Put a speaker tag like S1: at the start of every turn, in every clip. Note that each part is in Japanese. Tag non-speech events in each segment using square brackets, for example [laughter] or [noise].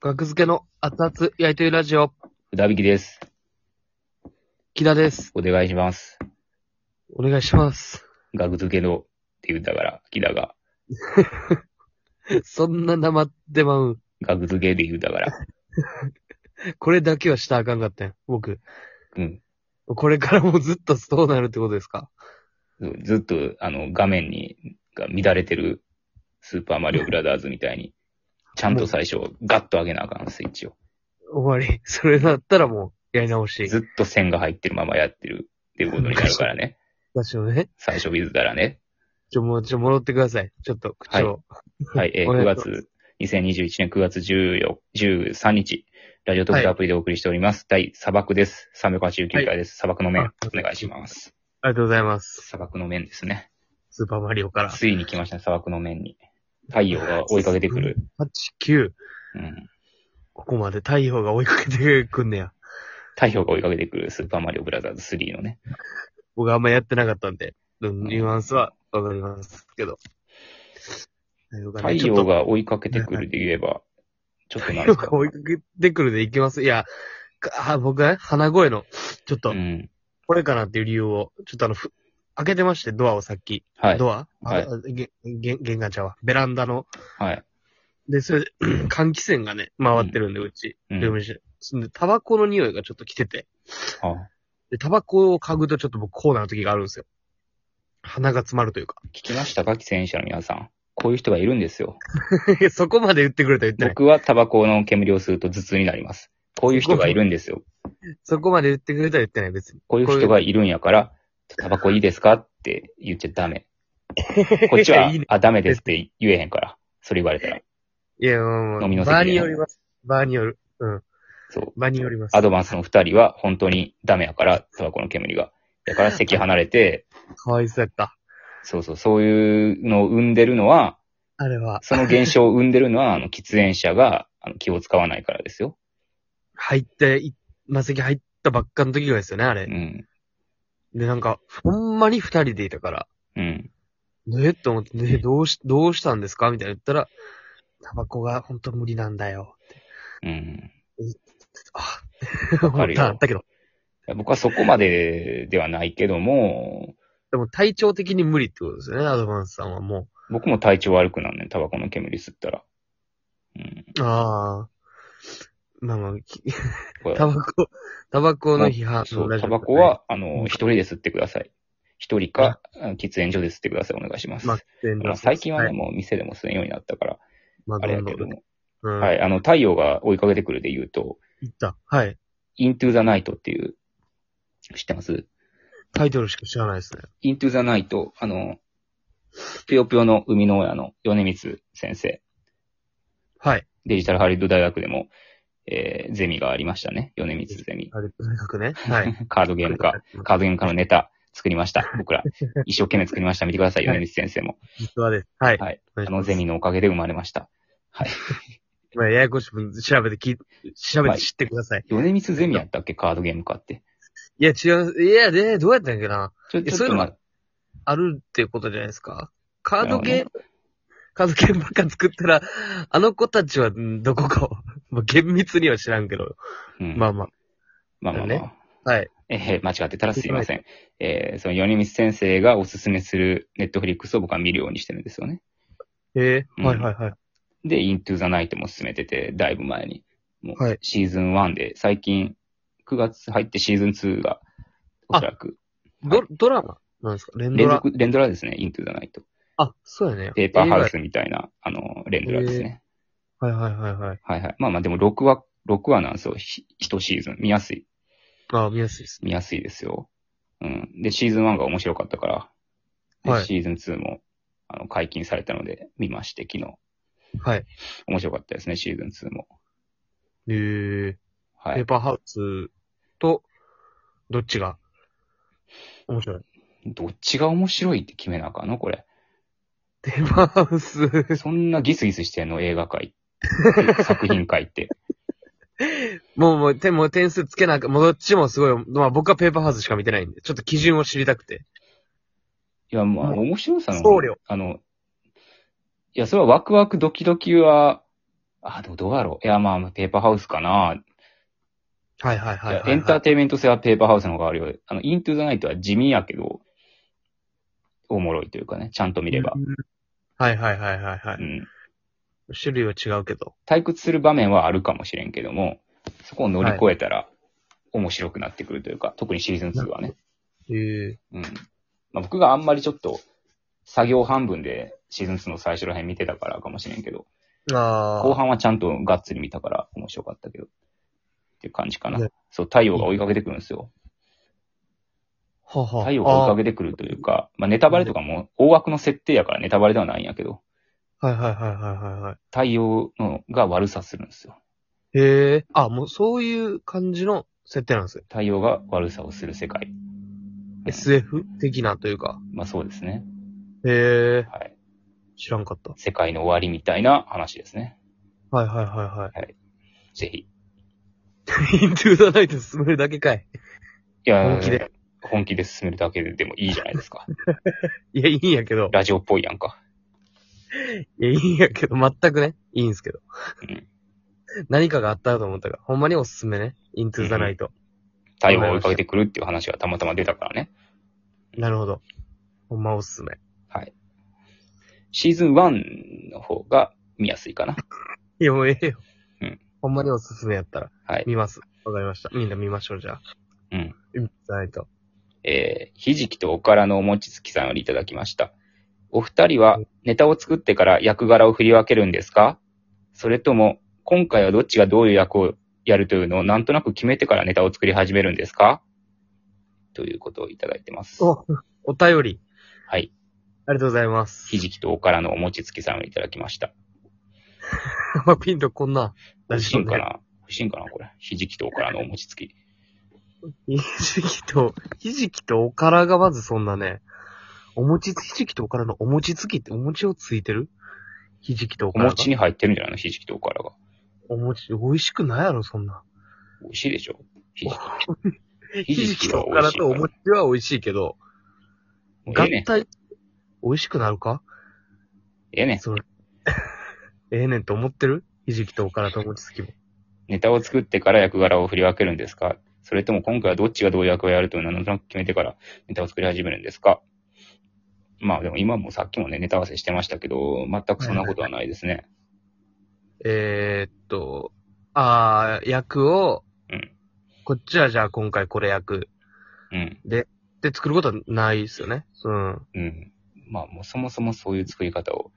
S1: 学付けの熱々焼いてるラジオ、
S2: 歌引きです。
S1: 木田です。
S2: お願いします。
S1: お願いします。 [laughs]
S2: 学付けのって言ったから、木田が。
S1: そんな生ってまうん。
S2: 学付けで言ったから。
S1: これだけはしたらあかんかったん、僕。
S2: うん。
S1: これからもずっとそうなるってことですか
S2: そうずっと、あの、画面に、が乱れてる、スーパーマリオブラザーズみたいに、ちゃんと最初、ガッと上げなあかん、スイッチを。
S1: 終わり。それだったらもう、やり直し。
S2: ずっと線が入ってるままやってるっていうことになるからね。
S1: 私をね。
S2: 最初見ずたら [laughs] ね。
S1: ちょ、もう、ちょ、戻ってください。ちょっと、口を。
S2: はい、えー
S1: お願い
S2: 9
S1: します
S2: 月、2021年9月14 13日、ラジオトークアプリでお送りしております。第、砂漠です。389回です。砂漠の面
S1: あ、
S2: お願いします。
S1: ありがとうございます。
S2: 砂漠の面ですね。
S1: スーパーマリオから。
S2: ついに来ましたね、砂漠の面に。太陽が追いかけてくる。
S1: 8、9。
S2: うん。
S1: ここまで太陽が追いかけてくんねや。
S2: 太陽が追いかけてくるスーパーマリオブラザーズ3のね。
S1: 僕あんまやってなかったんで、うんニュアンスはわかりますけど。太陽がねち
S2: 太
S1: ょっ
S2: 陽
S1: と
S2: が追いかけてくるで言えば、ちょっとな
S1: よ
S2: んですか
S1: く。追いかけてくるでいきます。いや、かあ僕はね、鼻声の、ちょっと
S2: う、ん。
S1: これかなっていう理由を、ちょっとあの、ふ開けてまして、ドアをさっき。
S2: はい。
S1: ドア、
S2: はい
S1: あげげ玄関茶は。ベランダの。
S2: はい。
S1: で、それ [clears throat] で、換気扇がね、回ってるんで、うち。
S2: う
S1: ルー
S2: ん
S1: ムシェそんで、タバコの匂いがちょっと来てて。
S2: あ
S1: で、タバコを嗅ぐとちょっと僕こうなる時があるんですよ。鼻が詰まるというか。 [laughs]
S2: 聞きましたか喫煙者の皆さん。こういう人がいるんですよ。
S1: そこまで言ってくれたら言ってない。
S2: 僕はタバコの煙を吸うと頭痛になります。こういう人がいるんですよ。
S1: そこまで言ってくれたら言ってない、別に。
S2: こういう人がいるんやから、タバコいいですかって言っちゃ
S1: [laughs]
S2: ダメ。こっち
S1: い
S2: は、
S1: いね
S2: あ、ダメですって言えへんから。それ言われたら。
S1: いや、もう、
S2: 飲みの席で
S1: 場によります。場による。
S2: そう。
S1: 場によります。
S2: アドバンスの二人は本当にダメやから、タバコの煙が。だから席離れて、
S1: かわいそうやった。
S2: そうそう、そういうのを生んでるのは、
S1: あれは、
S2: その現象を生んでるのは、あの、喫煙者があの気を使わないからですよ。
S1: 入ってい、魔石入ったばっかの時ぐらいですよね、あ
S2: う
S1: れ。
S2: ん。
S1: で、なんか、ほんまに二人でいたから、
S2: うん。
S1: ねえと思って、ねえ、どうし、どうしたんですかみたいな言ったら、タバコがほんと無理なんだよ。
S2: うん。
S1: あ、
S2: かるよ
S1: 思っただけど。
S2: 僕はそこまでではないけども、
S1: でも体調的に無理ってことですよね、アドバンスさんはも
S2: 僕も体調悪くなんねん、タバコの煙吸ったら。うん。
S1: う。ああ。まあまあ、き
S2: これ
S1: タバコ、タバコの批判
S2: そ
S1: の
S2: う、
S1: ラジ
S2: タ
S1: オ
S2: バコ。は、あの、一人で吸ってください。一人か、喫煙所で吸ってください。お願いします。
S1: まあ、全
S2: まあ最近はね、もう店でも吸えんようになったから、
S1: まあ、
S2: あれ
S1: ど
S2: や
S1: んど
S2: けど
S1: ん。
S2: も。
S1: うん。
S2: はい、あの、太陽が追いかけてくるで言うと、
S1: 行った。はい。
S2: Into the Night っていう、知ってます
S1: タイトルしか知らないですね。
S2: ?Into the Night、あの、ぷよぷよの生みの親の米光先生、
S1: はい。
S2: デジタルハリウッド大学でも、えーゼミがありましたね。米光ゼミ。
S1: あれ、とにかくね。はい。
S2: [laughs] カードゲーム化、カードゲーム化のネタ作りました。僕ら。一生懸命作りました。見てください。
S1: はい
S2: 米光先生も。
S1: 実はです。はい。
S2: はい
S1: お願いしま
S2: あ
S1: す
S2: のゼミのおかげで生まれました。
S1: まあ、ややこしく調べてき、調べて知ってください。
S2: 米光ゼミやったっけカードゲーム化って。
S1: い、や、違う、いや、で、どうやったんやっけな。
S2: ちょ、
S1: え
S2: ちょっ
S1: そういう
S2: と
S1: のが
S2: まあ、
S1: あるっていうことじゃないですか。カードゲー
S2: なる
S1: ム、カードゲームばっか作ったら、あの子たちはんどこかを、 [laughs] まあ、厳密には知らんけど。
S2: うん
S1: まあま
S2: まあまあまあ
S1: ね。はい。
S2: えー間違ってたらすいません。えーその米光先生がおすすめするネットフリックスを僕は見るようにしてるんですよね。
S1: あ。ええ
S2: うん
S1: はいはいはい。
S2: で、イントゥーザナイトも進めてて、だいぶ前に。も
S1: は
S2: う
S1: い
S2: シーズン1で、最近、9月入ってシーズン2が、おそらく、
S1: ド、ドラマなんですか連ド
S2: 連
S1: ラ。
S2: 続、連ドラですね、イントゥーザナイト。
S1: あ、そうやね。
S2: ペーパーハウ
S1: 映
S2: スみたいな、あの、連ドラですね。
S1: 画や。はいはいはいはい。
S2: はいはい。まあまあ、でも6話、6話なんですよ、ひ一シーズン。見やすい。
S1: ああ、見やすいですね。
S2: 見やすいですよ。うん。で、シーズン1が面白かったから、で
S1: はい
S2: シーズン2も、あの、解禁されたので、見まして、昨日。
S1: はい。
S2: 面白かったですね、シーズン2も。
S1: えー、
S2: は
S1: ペー
S2: い。
S1: パーハウスと、どっちが面白い
S2: どっちが面白いって決めなあかんのこれ。
S1: ペーパーハウス。
S2: そんなギスギスしてんの映
S1: [laughs]
S2: 画界。作品界って。
S1: もう、もう、点、もう点数つけなく、もうどっちもすごい、まあ僕はペーパーハウスしか見てないんで、ちょっと基準を知りたくて。
S2: いや、まあ、
S1: うん
S2: 面白さの。
S1: 僧侶
S2: あの、いや、それはワクワクドキドキは、あ、でもどうやろう。いや、まあ、ペーパーハウスかな。
S1: はいはいはいはい、はい。
S2: エンターテインメント性はペーパーハウスの方があるよ。あの、イントゥーザナイトは地味やけど、おもろいというかね、ちゃんと見れば。
S1: うんはいはいはいはいは
S2: う
S1: い。
S2: ん。
S1: 種類は違うけど。
S2: 退屈する場面はあるかもしれんけども、そこを乗り越えたら、面白くなってくるというか、特にシーズン2はね。
S1: えー、
S2: うん。まあ、僕があんまりちょっと、作業半分でシーズン2の最初ら辺見てたからかもしれんけど、
S1: あ
S2: 後
S1: あ。
S2: 半はちゃんとがっつり見たから面白かったけど、っていう感じかな。
S1: ね
S2: そう、太陽が追いかけてくるんですよ。
S1: はは
S2: 太陽が追いか
S1: け
S2: けてくるというか、まあ、ネタバレとかも大枠の設定やからネタバレではないんやけど、
S1: はいはいはいはいはいはい。
S2: 太陽のが悪さするんですよ。
S1: へえ。あ、もうそういう感じの設定なんですね。
S2: 太陽が悪さをする世界。
S1: SF 的なというか。
S2: まあそうですね。
S1: へえ。
S2: はい。
S1: 知らんかった。
S2: 世界の終わりみたいな話ですね。
S1: はいはいは
S2: ぜひ。い
S1: い [laughs] はい。イントゥーザナイト進めるだけかい。
S2: や、
S1: 本気で。
S2: 本気で進めるだけでもいいじゃないですか。 [laughs]
S1: いや、いいんやけど。
S2: ラジオっぽいやんか。
S1: いや、いいんやけど、全くね。いいんすけど
S2: うん。
S1: 何かがあったらと思ったから。ほんまにおすすめね。イントゥーザナイト。
S2: 太陽が追いかけてくるっていう話がたまたま出たからね。
S1: なるほど。ほんまおすすめ。
S2: はい。シーズン1の方が見やすいかな。
S1: いや、もうええよ。
S2: うん
S1: ほんまにおすすめやったら。
S2: はい
S1: 見ます。わかりました。みんな見ましょう、じゃあ。
S2: うん。
S1: イントゥーザナイト。
S2: えー、ひじきとおからのおもちつきさんよりいただきました。お二人はネタを作ってから役柄を振り分けるんですかそれとも、今回はどっちがどういう役をやるというのをなんとなく決めてからネタを作り始めるんですかということをいただいてます。
S1: お、お便り。
S2: はい。
S1: ありがとうございます。
S2: ひじきとおからのおもちつきさんよりいただきました。
S1: [laughs] まあ、ピンとこんな。
S2: 欲しいんか
S1: ラ
S2: な欲しいんかなこれ。ひじきとおからのおもちつき。
S1: ジオね。ひじきと、ひじきとおからがまずそんなね、お餅つ、ひじきとおからのお餅つきってお餅をついてるひじきとお
S2: お
S1: からが。
S2: 餅に入ってるんじゃないのひじきとおからが。
S1: お餅、美味しくないやろ、そんな。
S2: 美味しいでしょひじ
S1: ひじきとおからとお餅は美味しいけど、
S2: き。も
S1: 合
S2: うええねん。
S1: 体、美味しくなるか
S2: ええねん。
S1: それ。 [laughs] ええねんと思ってるひじきとおからとお餅つきも。
S2: ネタを作ってから役柄を振り分けるんですかそれとも今回はどっちがどういう役をやるというのをなんとなく決めてからネタを作り始めるんですかまあでも今もさっきもね、ネタ合わせしてましたけど、全くそんなことはないですね。
S1: えー、っと、あー、役を、
S2: うん
S1: こっちはじゃあ今回これ役。
S2: うん。
S1: で作ることはないですよね。うん。
S2: うん。まあもうそもそもそういう作り方を、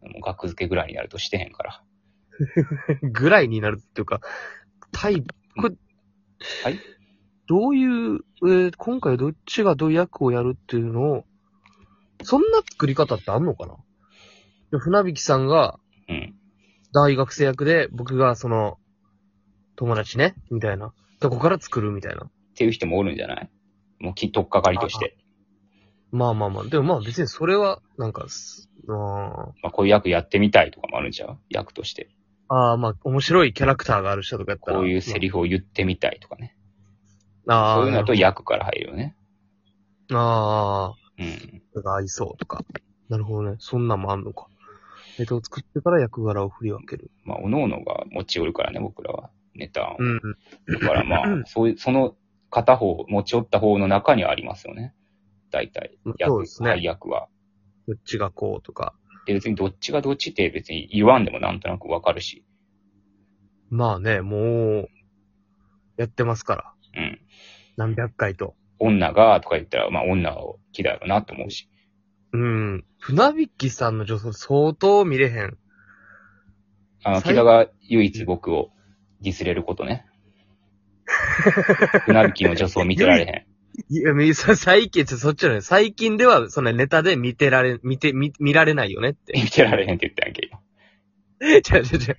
S2: もう額付けぐらいになるとしてへんから。
S1: ぐらいになるっていうか、タイ、これ、
S2: はい
S1: どういう、えー今回どっちがどういう役をやるっていうのを、そんな作り方ってあんのかなで船引さんが
S2: うん。
S1: 大学生役で、僕がその、友達ね、みたいな。どこから作るみたいな。
S2: っていう人もおるんじゃないもうき、とっかかりとして。
S1: まあまあまあ。でもまあ別にそれは、なんかす、あ
S2: まあこういう役やってみたいとかもあるんちゃう役として。
S1: ーあー、まあ面白いキャラクターがある人とかやったら。
S2: こういうセリフを言ってみたいとかね。
S1: フ。ああ、
S2: そういうのだと
S1: なる
S2: 役から入るよね。
S1: ほどああ。
S2: うん。
S1: が合いそうとか。なるほどね。そんなんもあんのか。ネタを作ってから役柄を振り分ける。
S2: まあ、おののが持ち寄るからね、僕らは。ネタを。
S1: うん。
S2: だからまあ、そういう、その片方、持ち寄った方の中にはありますよね。大体。役
S1: そうですね
S2: 配役は。
S1: どっちがこうとか。
S2: で、別にどっちがどっちって別に言わんでもなんとなくわかるし。
S1: まあね、もう、やってますから。
S2: うん。
S1: 何百回と。
S2: 女が、とか言ったら、まあ、女を気だろうなと思うし。
S1: うん。船引きさんの女装相当見れへん。
S2: あの、
S1: 最
S2: 木田が唯一僕をディスれるこ
S1: [laughs]
S2: とね。船引きの女装見てられへん。
S1: いや、みさ最近、ちょそっちのね、最近では、そのネタで見てられ、見て、見、見られないよねって。 [laughs]
S2: 見てられへんって言ったやんけ、今。
S1: ちゃちゃちゃ。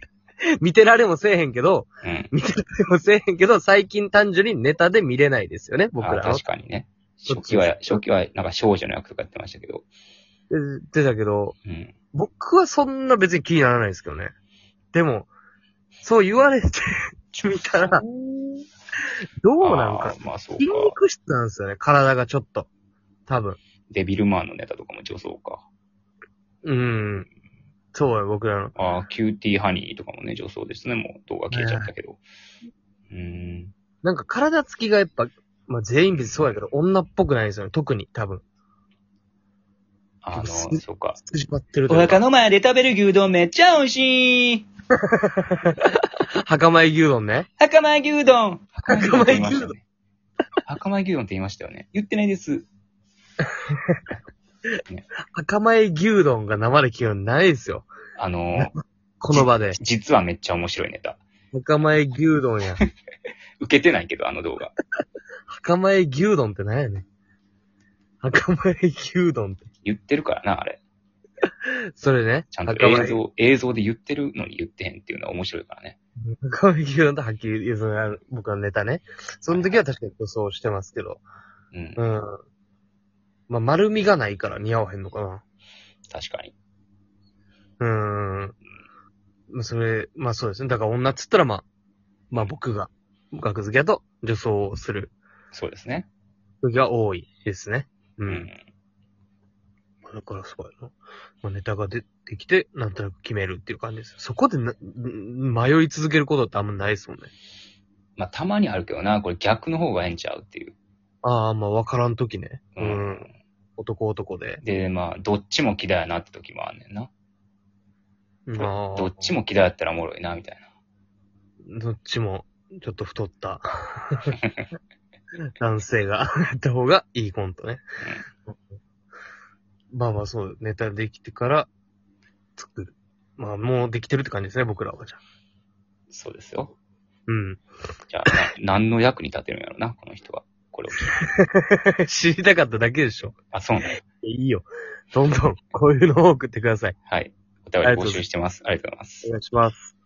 S1: 見てられもせえへんけど、
S2: うん。
S1: 見てられもせえへんけど、最近単純にネタで見れないですよね、僕ら
S2: あ
S1: は。
S2: 確かにね。初期
S1: ど
S2: は
S1: っ、ち
S2: 初期はなんか少女の役とかやってましたけど。
S1: で、でだけど、
S2: うん。
S1: 僕はそんな別に気にならないですけどね。でも、そう言われてみたら、どうなん
S2: あ
S1: か
S2: ー、まあそうか
S1: 筋。肉質なんですよね、体がちょっと。多分。
S2: デビルマンのネタとかも女装か。
S1: うん。そうや、僕らの。
S2: ああ、キューティーハニーとかもね、女装ですね。もう動画消えちゃったけど。うーん。
S1: なんか体つきがやっぱ、まあ全員別にそうやけど、女っぽくないですよね。特に、多分。
S2: あの、
S1: す
S2: そうか。
S1: 筋張ってる
S2: お
S1: というか。
S2: 墓の前で食べる牛丼めっちゃ美味しい
S1: 墓前牛丼ね。
S2: 墓前牛丼
S1: 墓前牛丼
S2: って言いましたね墓前牛丼って言いましたよね。言ってないです。
S1: 墓前牛丼が生で聞くのないですよ。
S2: あの、
S1: この場で。
S2: 実はめっちゃ面白いネタ。
S1: 墓前牛丼や。
S2: 受けてないけど、あの動画。
S1: 墓前牛丼って何やねん。墓前牛丼って。
S2: 言ってるからな、あれ。
S1: それね。
S2: ちゃんと
S1: 墓前
S2: 映像、映像で言ってるのに言ってへんっていうのは面白いからね。
S1: 赤身牛丼とはっきり言う、その僕のネタね。その時は確かに予想してますけど。
S2: うん
S1: う。ん。まあ、丸みがないから似合わへんのか
S2: 確かに。
S1: な。うん。まあ、それ、まあそうですね。だから女っつったらまあ、まあ僕が、学付けやと女装をする
S2: そうですね。
S1: 時が多いですね。う。。
S2: うん
S1: だからすごいな。まあネタが出てきて、なんとなく決めるっていう感じです。そこでな、ん迷い続けることってあんまないですもんね。
S2: まあ、たまにあるけどな、これ逆の方がええんちゃうっていう。
S1: ああ、まあわからん時ね。
S2: う
S1: うん。男男で。
S2: で、まあ、どっちも嫌いやなって時もあんねんな。
S1: ああ
S2: どっちも嫌いやったらおもろいな、みたいな。
S1: どっちも、ちょっと太
S2: [laughs]
S1: った。男性が [laughs] やった方がいいコントね。まあまあそう、ネタできてから作る。まあもうできてるって感じですね、僕らはじゃあ。
S2: そうですよ。
S1: うん。 [laughs]
S2: じゃあ、 [laughs] な何の役に立てるんやろな、この人は。これを聞いて。
S1: 知りたかっただけでしょ。
S2: あ、そうね。
S1: いいよ。どんどん、こういうのを送ってください。
S2: はい。お便り募集してます。ありがとうございます
S1: お。願いします。